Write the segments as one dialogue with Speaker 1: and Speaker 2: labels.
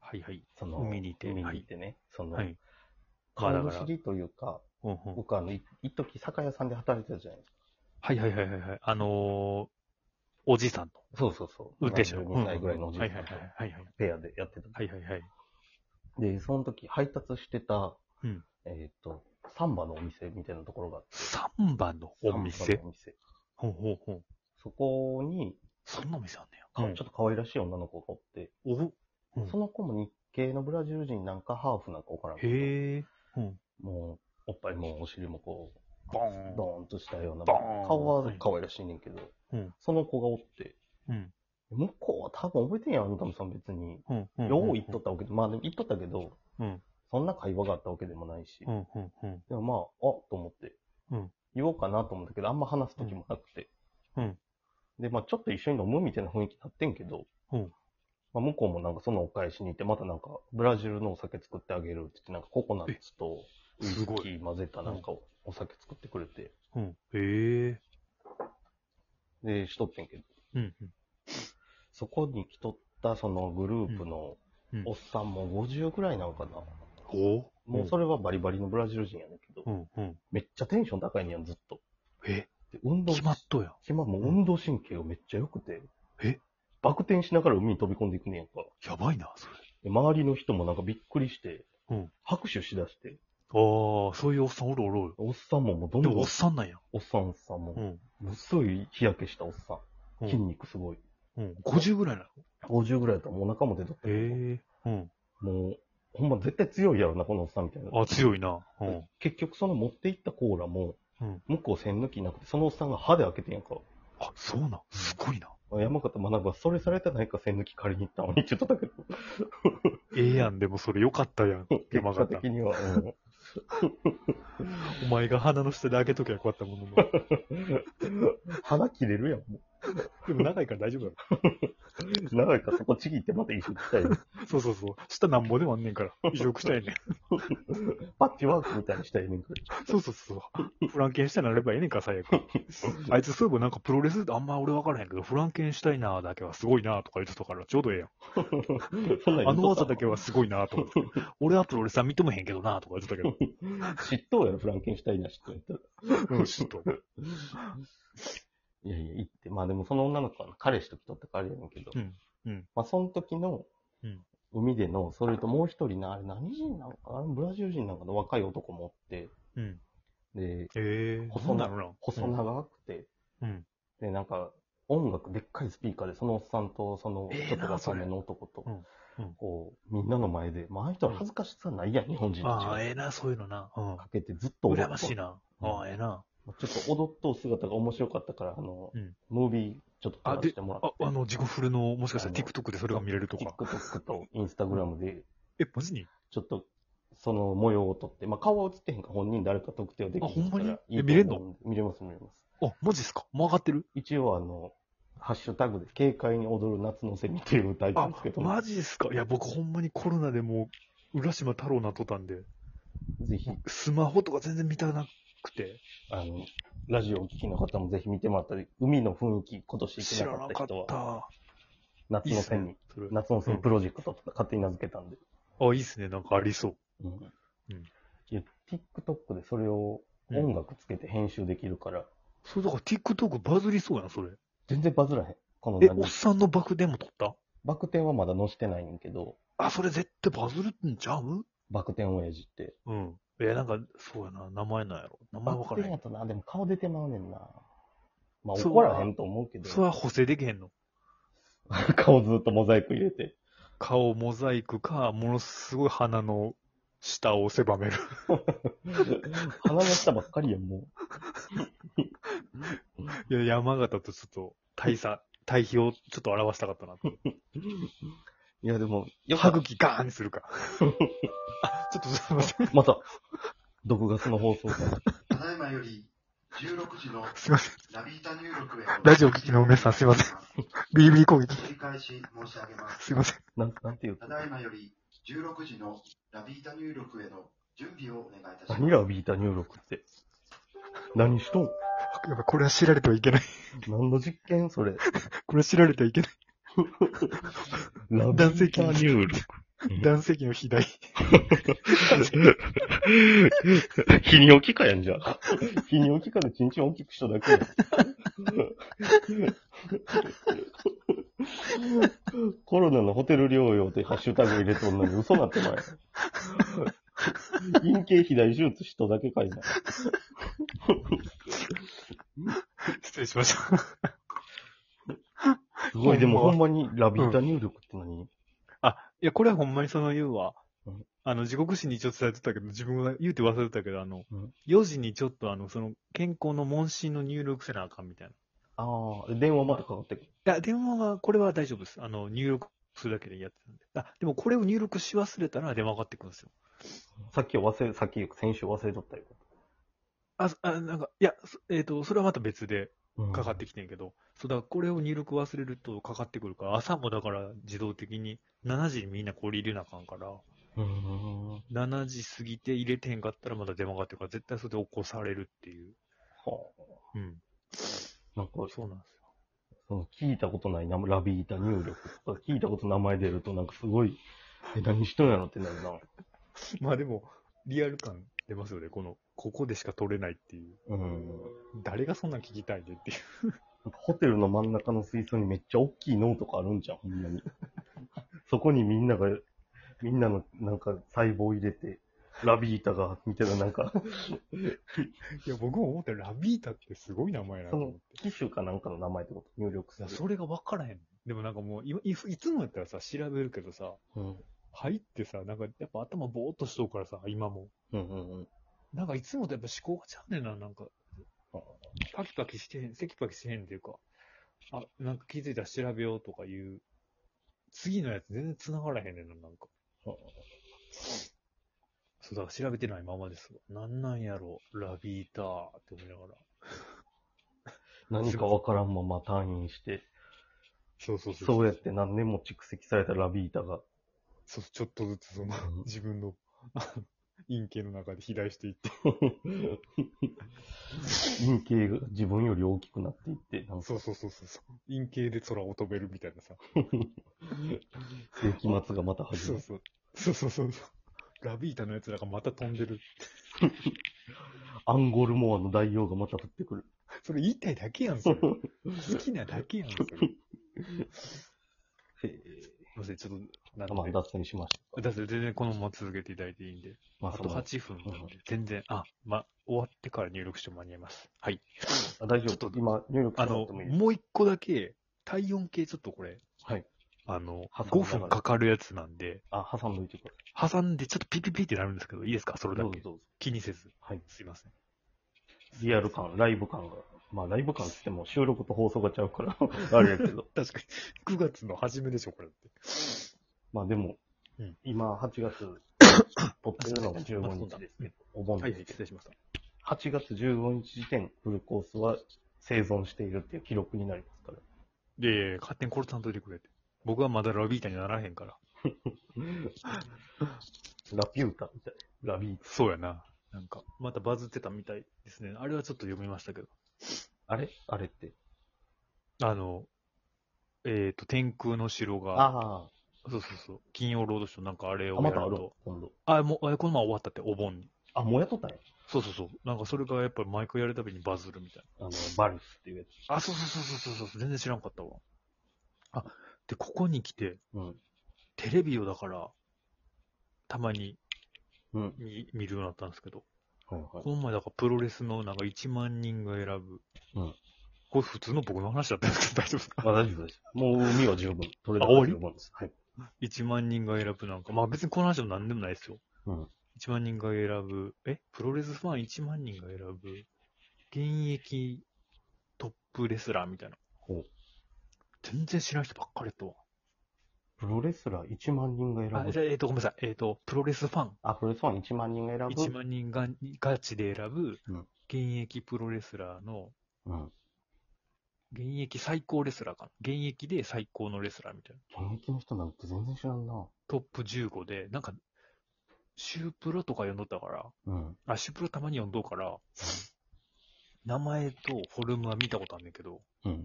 Speaker 1: はいはい。
Speaker 2: その、
Speaker 1: 海にいて
Speaker 2: 海
Speaker 1: は
Speaker 2: に
Speaker 1: い
Speaker 2: いてね、その、
Speaker 1: はい。まあ
Speaker 2: 顔
Speaker 1: だ
Speaker 2: 見
Speaker 1: から
Speaker 2: 知、りというか、
Speaker 1: うんうん
Speaker 2: 僕あの、い一時酒屋さんで働いてたじゃないですか。
Speaker 1: はいはいはいはいはい。あのー、おじさんと、
Speaker 2: そうそうそう。
Speaker 1: 運転手の。
Speaker 2: 2歳ぐらいのおじいさん
Speaker 1: うんうん
Speaker 2: と
Speaker 1: はいはいはい
Speaker 2: ペアでやってた。
Speaker 1: はい。はいはいはい。
Speaker 2: で、その時配達してた、
Speaker 1: うん
Speaker 2: えっ、と、サンバのお店みたいなところがあって。
Speaker 1: 3番のお
Speaker 2: サン
Speaker 1: 店
Speaker 2: バのお店
Speaker 1: ほうほうほう。
Speaker 2: そこに、
Speaker 1: そんなお店あんね
Speaker 2: か
Speaker 1: や。
Speaker 2: ちょっと可愛らしい女の子がおって、
Speaker 1: おうん
Speaker 2: その子も日系のブラジル人なんかハーフなんかわからんけど
Speaker 1: へえ。うん。
Speaker 2: もう、おっぱいもお尻もこう、
Speaker 1: ボーン。
Speaker 2: ドーンとしたような、
Speaker 1: ドーン
Speaker 2: 顔は可愛らしいねんけど、
Speaker 1: うん
Speaker 2: その子がおって、
Speaker 1: うん。
Speaker 2: 向こうは多分覚えてんやろ、三上さん別に。
Speaker 1: うん。うん
Speaker 2: よう言っとったわけで、まあでも言っとったけど、
Speaker 1: うん
Speaker 2: そんな会話があったわけでもないし、
Speaker 1: うん。うん。うん。
Speaker 2: でもまあ、あと思って、
Speaker 1: うん
Speaker 2: 言おうかなと思ったけど、あんま話す時もなくて。
Speaker 1: うん
Speaker 2: で、まあちょっと一緒に飲むみたいな雰囲気になってんけど、
Speaker 1: うん
Speaker 2: まあ、向こうもなんかそのお返しに行って、またなんかブラジルのお酒作ってあげるって言って、なんかココナッツとウイ
Speaker 1: す
Speaker 2: ス
Speaker 1: ごい
Speaker 2: キー混ぜたなんかおお酒作ってくれて、
Speaker 1: うん。へえ。
Speaker 2: で、しとってんけど、
Speaker 1: うん。
Speaker 2: そこに来とったそのグループの
Speaker 1: うんうん
Speaker 2: おっさんも50ぐらいなのかな。
Speaker 1: ほ
Speaker 2: もうそれはバリバリのブラジル人やねんけど、
Speaker 1: うん。うん。
Speaker 2: めっちゃテンション高いねんやん、ずっと。
Speaker 1: え、
Speaker 2: で運動
Speaker 1: 決まっとや。
Speaker 2: 暇もう運動神経がめっちゃ良くて。
Speaker 1: え
Speaker 2: バク転しながら海に飛び込んでいくねんやんか。
Speaker 1: やばいな、それ。
Speaker 2: で周りの人もなんかびっくりして、
Speaker 1: うん
Speaker 2: 拍手しだして、
Speaker 1: ああ、そういうおっさんおるおるおる。
Speaker 2: おっさんももうどん
Speaker 1: で
Speaker 2: どん
Speaker 1: もおっさんなんや。
Speaker 2: おっさんおっさん
Speaker 1: う
Speaker 2: も、
Speaker 1: ん。
Speaker 2: むっそい日焼けしたおっさ
Speaker 1: うん
Speaker 2: ん。筋肉すごい。
Speaker 1: うん。50ぐらいなの。
Speaker 2: 50ぐらいだったらもうお腹も出とったけど
Speaker 1: ええ。うん。
Speaker 2: もう、ほんま絶対強いやろな、このおっさんみたいな。
Speaker 1: あ、強いな。うん。
Speaker 2: 結局その持っていったコーラも、
Speaker 1: うん
Speaker 2: 向こう栓抜きなくて、そのおっさんが歯で開けてんやんか。
Speaker 1: あ、そうなん。すごいな。
Speaker 2: 山形学はそれされてないから栓抜き借りに行ったのにって言っとったけど。
Speaker 1: ええやん、でもそれよかったやん。
Speaker 2: 結
Speaker 1: 山
Speaker 2: 果
Speaker 1: 形
Speaker 2: 的。には。うん
Speaker 1: お前が鼻の下で開けときゃよかったものの。
Speaker 2: 鼻切れるやん。も
Speaker 1: でも長いから大丈夫だ
Speaker 2: う長いからそこちぎってまた一緒にしたい。
Speaker 1: ろ。そうそうそう。下なんぼでもあんねんから。移植したいねん。
Speaker 2: パッチワークみたいにしたいねんか
Speaker 1: そうそうそう。フランケンしたいなればええねんか、最悪。あいつそういえばなんかプロレスあんま俺わからへんけど、フランケンしたいなーだけはすごいなーとか言ってたから、ちょうどええやん。
Speaker 2: そんなん言うとっ
Speaker 1: あの技
Speaker 2: た
Speaker 1: だけはすごいなーと思って。俺はプロレスは認めへんけどなーとか言ってたけど。
Speaker 2: 嫉妬やろ、フランケンシュタインな嫉妬やったら。
Speaker 1: うん、ちょっと。
Speaker 2: いやいや、行って。まあでもその女の子は彼氏と来とったからあれやねんけど。
Speaker 1: うんうん
Speaker 2: まあその時の
Speaker 1: うん、
Speaker 2: 海での、それともう一人の、あれ何人なのかなブラジル人なんかの若い男もおって、
Speaker 1: うん。
Speaker 2: で、
Speaker 1: ええー。
Speaker 2: 細な
Speaker 1: のな。
Speaker 2: 細長くて、
Speaker 1: うん。
Speaker 2: で、なんか、音楽、でっかいスピーカーで、そのおっさんと、その、
Speaker 1: ええ
Speaker 2: ちょっと
Speaker 1: なそ
Speaker 2: 若
Speaker 1: れ
Speaker 2: めの男と
Speaker 1: うんうん、
Speaker 2: こう、みんなの前で、まあ、あの人は恥ずかしさないやん、日本人
Speaker 1: ああ、
Speaker 2: たち
Speaker 1: ええな、そういうのな。うん。
Speaker 2: かけてずっと踊っ
Speaker 1: 羨
Speaker 2: と
Speaker 1: ましいな。ああ、ええな。
Speaker 2: ちょっと踊っとう姿が面白かったから、あの、
Speaker 1: うん
Speaker 2: ムービーちょっと撮らせてもら
Speaker 1: あ
Speaker 2: っ、て。
Speaker 1: あの、自己フルの、もしかしたら
Speaker 2: あの
Speaker 1: TikTok でそれが見れるとか。
Speaker 2: TikTok と Instagram で、
Speaker 1: え、マジに
Speaker 2: ちょっと、その模様を撮って、まあ、顔は映ってへんから本人誰か特定はでき
Speaker 1: あほんまに
Speaker 2: から
Speaker 1: え見れんの
Speaker 2: いいと思うんで見れます、見れます。
Speaker 1: あ、マジっすかもう上がってる
Speaker 2: 一応、あの、ハッシュタグで、軽快に踊る夏の蝉っていう歌いたん
Speaker 1: あ
Speaker 2: ですけ、ど、
Speaker 1: マジっすかいや、僕ほんまにコロナでもう、浦島太郎なっとったんで、
Speaker 2: ぜひ、
Speaker 1: スマホとか全然見たなくて、
Speaker 2: あの、ラジオをお聞きの方もぜひ見てもらったり、海の雰囲気、今年行
Speaker 1: 知
Speaker 2: け
Speaker 1: ら
Speaker 2: なか
Speaker 1: な
Speaker 2: った
Speaker 1: かっ
Speaker 2: 人は、
Speaker 1: た。い
Speaker 2: 夏
Speaker 1: いっ
Speaker 2: の
Speaker 1: す
Speaker 2: 蝉、
Speaker 1: ね。それ
Speaker 2: 夏の
Speaker 1: う
Speaker 2: 蝉
Speaker 1: ん
Speaker 2: プロジェクトと勝手に名付けたんで、
Speaker 1: あ、いいっすね。なんかありそう。
Speaker 2: うん
Speaker 1: ん
Speaker 2: いや TikTok でそれを音楽つけて編集できるから、
Speaker 1: それだから TikTok バズりそうやん、それ。
Speaker 2: 全然バズらへん。この
Speaker 1: え、
Speaker 2: 何
Speaker 1: おっさんの爆でも撮った
Speaker 2: バク転はまだ載してないねんけど、
Speaker 1: あ、それ絶対バズるんちゃう
Speaker 2: バク転親父って。
Speaker 1: うん。いや、なんか、そうやな。名前なんやろ。名前
Speaker 2: バク
Speaker 1: わから
Speaker 2: 転
Speaker 1: へん
Speaker 2: や。とな、でも顔出てまうねんな。まあ
Speaker 1: そう
Speaker 2: 怒らへんと思うけど
Speaker 1: それ、は補正できへんの。
Speaker 2: 顔ずっとモザイク入れて。
Speaker 1: 顔モザイクか、ものすごい鼻の下を狭 める。
Speaker 2: 鼻の下ばっかりやん、も
Speaker 1: いや、山形とちょっと、大差、対比をちょっと表したかったなと。
Speaker 2: う。いや、でも、よ
Speaker 1: 歯茎ガーンにす るか。あ、ちょっとすいません。
Speaker 2: また、毒ガスの放送か。
Speaker 3: ただいまより16時の
Speaker 1: すいません。
Speaker 3: ナビータ入力へ
Speaker 1: ラジオ聞きの皆さんすいませんビリビリ攻撃。
Speaker 3: 繰り返し申し上げます。
Speaker 1: すいません。
Speaker 2: なん、なんていう
Speaker 3: ただいまより16時のナビータ入力への準備をお願いいたします。
Speaker 2: 何がビータ入力って。何しとん
Speaker 1: やっぱこれは知られてはいけない。
Speaker 2: 何の実験それ。
Speaker 1: これは知られてはいけない。
Speaker 2: ラビ
Speaker 1: 男性
Speaker 2: ータ
Speaker 1: 器
Speaker 2: 入力。
Speaker 1: 断石の 肥大。
Speaker 2: 日に置きかやんじゃあ。日に置きかでチンチン大きくしただけやん。コロナのホテル療養ってハッシュタグ入れとんのに嘘なってまい。陰茎肥大手術しただけかいな。
Speaker 1: 失礼しました。
Speaker 2: すごい、でも
Speaker 1: ほ
Speaker 2: ほ
Speaker 1: ん
Speaker 2: んまにラビータ入力って何、
Speaker 1: いや、これはほんまにその言うわ
Speaker 2: うん。
Speaker 1: あの、地獄史に一応伝えてたけど、自分が言うて忘れてたけど、あの
Speaker 2: うん、
Speaker 1: 4時にちょっとあの、その、健康の問診の入力せなあかんみたい
Speaker 2: ああ、電話またかかってくる。
Speaker 1: な。いや、電話は、これは大丈夫です。あの、入力するだけでやってたんで。あ、でもこれを入力し忘れたら電話かかってくるんですよ。
Speaker 2: さっき忘れ、さっき先週忘れとったよ。
Speaker 1: あ、あなんか、いや、そえっ、と、それはまた別でかかっててきてんけど、そうだ、これを入力忘れるとかかってくるから、朝もだから自動的に7時にみんなこれ入れなあかんから、
Speaker 2: うーん。は
Speaker 1: 7時過ぎて入れてへんかったらまだ電話かかってくるから、絶対それで起こされるっていう。うん。
Speaker 2: あ。なんか、
Speaker 1: そうなんですよ。
Speaker 2: その聞いたことない名前、ラビータ入力とか、聞いたこと名前出ると、なんかすごい、え、何しとんやろってなるな。
Speaker 1: まあでも、リアル感出ますよね。この、ここでしか取れないっていう。
Speaker 2: うん。
Speaker 1: 誰がそんなん聞きたいでっていう。
Speaker 2: なんかホテルの真ん中の水槽にめっちゃ大きい脳とかあるんじゃん、ほんまに。そこにみんなが、みんなのなんか細胞入れて、ラビータが、みたいななんか、
Speaker 1: いや、僕も思ったよラビータってすごい名前なと
Speaker 2: その
Speaker 1: 思って。
Speaker 2: 機種かなんかの名前ってこと入力す
Speaker 1: いや
Speaker 2: る。
Speaker 1: それが分からへん。でもなんかもうい、いいつもやったらさ、調べるけどさ、
Speaker 2: うん。
Speaker 1: 入ってさ、なんかやっぱ頭ぼーっとしとうからさ、今も。
Speaker 2: うんうんうん。
Speaker 1: なんかいつもとやっぱ思考がちゃうねんな、なんか
Speaker 2: あ。
Speaker 1: パキパキしてへん、セキパキしてへんっていうか、あ、なんか気づいたら調べようとかいう、次のやつ全然繋がらへんねんな、なんか。
Speaker 2: あ
Speaker 1: そう、だから調べてないままですわ。なんなんやろ、ラビーターって思いながら。
Speaker 2: 何かわからんまま退院して、
Speaker 1: そうそう
Speaker 2: そうやって何年も蓄積されたラビータが、
Speaker 1: そうちょっとずつその
Speaker 2: うん、
Speaker 1: 自分の、あの陰茎の中で肥大していって。
Speaker 2: 陰茎が自分より大きくなっていって、なんか
Speaker 1: そうそうそうそうそう。陰茎で空を飛べるみたいなさ。
Speaker 2: 世紀末がまた始
Speaker 1: そ
Speaker 2: ま
Speaker 1: う
Speaker 2: る。
Speaker 1: そう。そうそうそうそう。ラビータのやつらがまた飛んでる。
Speaker 2: アンゴルモアの大王がまた降ってくる。
Speaker 1: それ言いたいだけやん、それ。好きなだけやん、 それ。すい
Speaker 2: へ
Speaker 1: ません、ちょっと、な
Speaker 2: え
Speaker 1: ん
Speaker 2: まあ、
Speaker 1: で。
Speaker 2: 脱線しました。
Speaker 1: だって全然このまま続けていただいていいんで。
Speaker 2: ま
Speaker 1: あ
Speaker 2: あ、そ
Speaker 1: と
Speaker 2: の
Speaker 1: 8分なんで、全然、あ、ま、終わってから入力しても間に合います。はい。
Speaker 2: あ大丈
Speaker 1: ちょっ
Speaker 2: 夫。
Speaker 1: と
Speaker 2: 今、入力
Speaker 1: あ
Speaker 2: しな
Speaker 1: の、
Speaker 2: くてもいいです。
Speaker 1: もう一個だけ、体温計ちょっとこれ、
Speaker 2: はい。
Speaker 1: あの、
Speaker 2: 挟む
Speaker 1: 5分かかるやつなんで、
Speaker 2: あ、挟んどいてくれ。
Speaker 1: 挟んでちょっとピピピってなるんですけど、いいですかそれだ
Speaker 2: どう
Speaker 1: け
Speaker 2: ぞ。どうぞ。
Speaker 1: 気にせず。
Speaker 2: はい。
Speaker 1: すいません。
Speaker 2: リアル感、ライブ感が。まあ、ライブ感って言っても収録と放送がちゃうから、 あれやけ ど。
Speaker 1: 確かに、9月の初めでしょ、これって。
Speaker 2: まあでも、
Speaker 1: うん
Speaker 2: 今8月、 撮ってるのが15日ですけど、お盆
Speaker 1: は
Speaker 2: で
Speaker 1: い、
Speaker 2: すけ
Speaker 1: 失
Speaker 2: ど、
Speaker 1: 礼しました。
Speaker 2: 8月15日時点、フルコースは生存しているっていう記録になりますから。
Speaker 1: いやいやいや勝手にコルさんといてくれって。僕はまだラビータにならへんから。
Speaker 2: ラピュータみたい。ラビータ。
Speaker 1: そうやな。なんか、またバズってたみたいですね。あれはちょっと読みましたけど。
Speaker 2: あれあれって。
Speaker 1: あの、えっ、と、天空の城が、
Speaker 2: あ
Speaker 1: そうそうそう、金曜ロードショーなんかあれ
Speaker 2: あ、
Speaker 1: をや
Speaker 2: あま
Speaker 1: る
Speaker 2: たある
Speaker 1: と。
Speaker 2: 今度。
Speaker 1: あもう、あこのまま終わったって、お盆に。
Speaker 2: あ、もうやっとったんや。
Speaker 1: そうそうそう。なんかそれがやっぱり毎回やるたびにバズるみたい
Speaker 2: あの、バルスっていうやつ。
Speaker 1: な。あ、そうそうそうそうそうそう、全然知らんかったわ。あ、で、ここに来て、
Speaker 2: うん。
Speaker 1: テレビをだから、たまに
Speaker 2: うん。
Speaker 1: 見見るようになったんですけど、
Speaker 2: はいは
Speaker 1: こ
Speaker 2: い。
Speaker 1: の前だからプロレスのなんか1万人が選ぶ。
Speaker 2: うん。
Speaker 1: これ普通の僕の話だったんですけど大丈夫ですか
Speaker 2: まあ大丈夫です。もう海は十分。取れ
Speaker 1: あ終わ
Speaker 2: た
Speaker 1: り
Speaker 2: 十分です。はい。
Speaker 1: 1万人が選ぶなんか、まあ別にこの話も何でもないですよ。
Speaker 2: うん。
Speaker 1: 1万人が選ぶ、えプロレスファン1万人が選ぶ、現役トップレスラーみたいな。
Speaker 2: ほう
Speaker 1: 全然知らん人ばっかりやったわ。
Speaker 2: プロレスラー1万人が選
Speaker 1: あ、
Speaker 2: ぶ
Speaker 1: じゃあ、えっ、と、ごめんなさい。えっ、と、プロレスファン
Speaker 2: あ、プロレスワン1万人が選ぶ。
Speaker 1: 1万人がガチで選ぶ
Speaker 2: うん、
Speaker 1: 現役プロレスラーの、
Speaker 2: うん。
Speaker 1: 現役最高レスラーかな。現役で最高のレスラーみたいな。
Speaker 2: 現役の人なんて全然知らんな。
Speaker 1: トップ15で、なんか、シュープロとか読んどったから、
Speaker 2: うん。
Speaker 1: あ、シュプロたまに読んどうから、名前とフォルムは見たことあんねんけど、
Speaker 2: うん。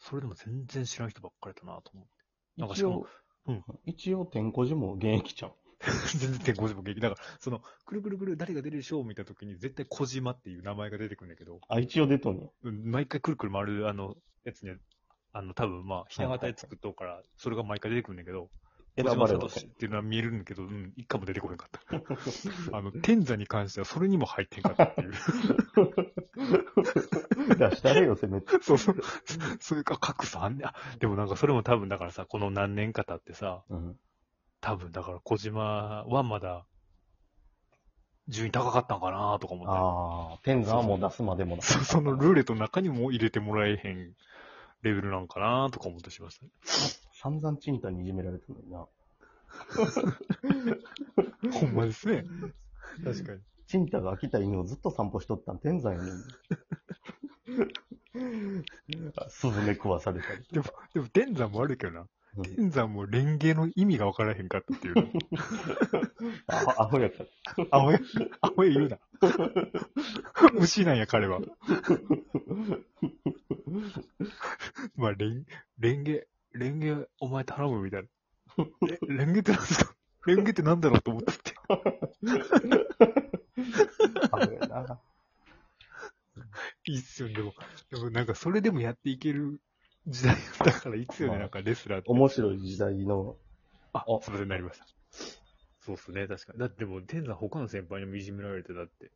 Speaker 1: それでも全然知らん人ばっかりだなと思って。なんかし
Speaker 2: 一
Speaker 1: かも
Speaker 2: 応、
Speaker 1: うん
Speaker 2: 一応、天候寺も現役じゃん。
Speaker 1: 全然天候でも元気。だから、その、くるくるくる、誰が出るショーを見たときに、絶対小島っていう名前が出てくるんだけど、
Speaker 2: あ、一応出とんや。
Speaker 1: うん毎回くるくる回る、あの、やつね、あの、多分まあ、ひな形作っとうから、それが毎回出てくるんだけど、
Speaker 2: 選
Speaker 1: 小
Speaker 2: ば
Speaker 1: 島
Speaker 2: れる
Speaker 1: 聡っていうのは見えるんだけど、うん、一回も出てこなかった。あの、天座に関しては、それにも入ってんかったっていう。
Speaker 2: 出したれよ、せめて。
Speaker 1: そうそう。そういうか、格差あんねあでもなんかそれも多分だからさ、この何年か経ってさ、
Speaker 2: うん。
Speaker 1: 多分だから小島はまだ、順位高かったんかなとか思って。
Speaker 2: ああ、天山はもう出すまでもだ。
Speaker 1: そそのルーレットの中にも入れてもらえへんレベルなんかなとか思ってしましたね。
Speaker 2: 散々チンタにいじめられたのにな。
Speaker 1: ほんまですね。確かに。
Speaker 2: チンタが飽きた犬をずっと散歩しとったん天山やねん。スズメ食わされたり。
Speaker 1: でも、でも、天山も悪いけどな。
Speaker 2: うん
Speaker 1: 天山も連芸の意味がわからへんかったっていうね。
Speaker 2: あアホやから。
Speaker 1: 青江、青江言うな。牛なんや、彼は。まあ、レン、レンゲ、レンゲ、お前頼むみたいな。レレンゲってなんですかレンゲってなんだろうと思ったって。
Speaker 2: アホやな。
Speaker 1: いいっすよね、でも。でもなんか、それでもやっていける時代だから、いいっすよね、なんかレスラーって。
Speaker 2: 面白い時代の、
Speaker 1: あ
Speaker 2: お、
Speaker 1: すいません、なりました。そうっすね、確かに。だってもう、天山他の先輩にもいじめられて、だって。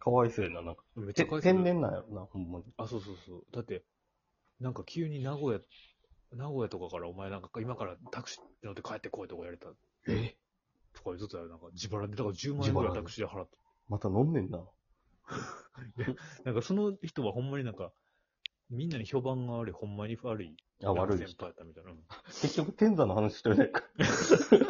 Speaker 2: かわいそうやな。なんか
Speaker 1: めっち
Speaker 2: て
Speaker 1: ゃ返す
Speaker 2: 天然なんやろな、ほんまに。
Speaker 1: あ、そうそうそう。だって、なんか急に名古屋、名古屋とかからお前なんか今からタクシー乗って帰ってこいとかやれた
Speaker 2: え
Speaker 1: とか言うとったよ。なんか自腹で、だから10万円ぐらい
Speaker 2: 自腹で
Speaker 1: タクシーで払っ
Speaker 2: また飲んでんな。
Speaker 1: た。なんかその人はほんまになんか、みんなに評判が悪い、ほんまに悪い。
Speaker 2: あ、悪い
Speaker 1: 先。輩やったみたいな。うん
Speaker 2: 結局、天山の話しとれないから。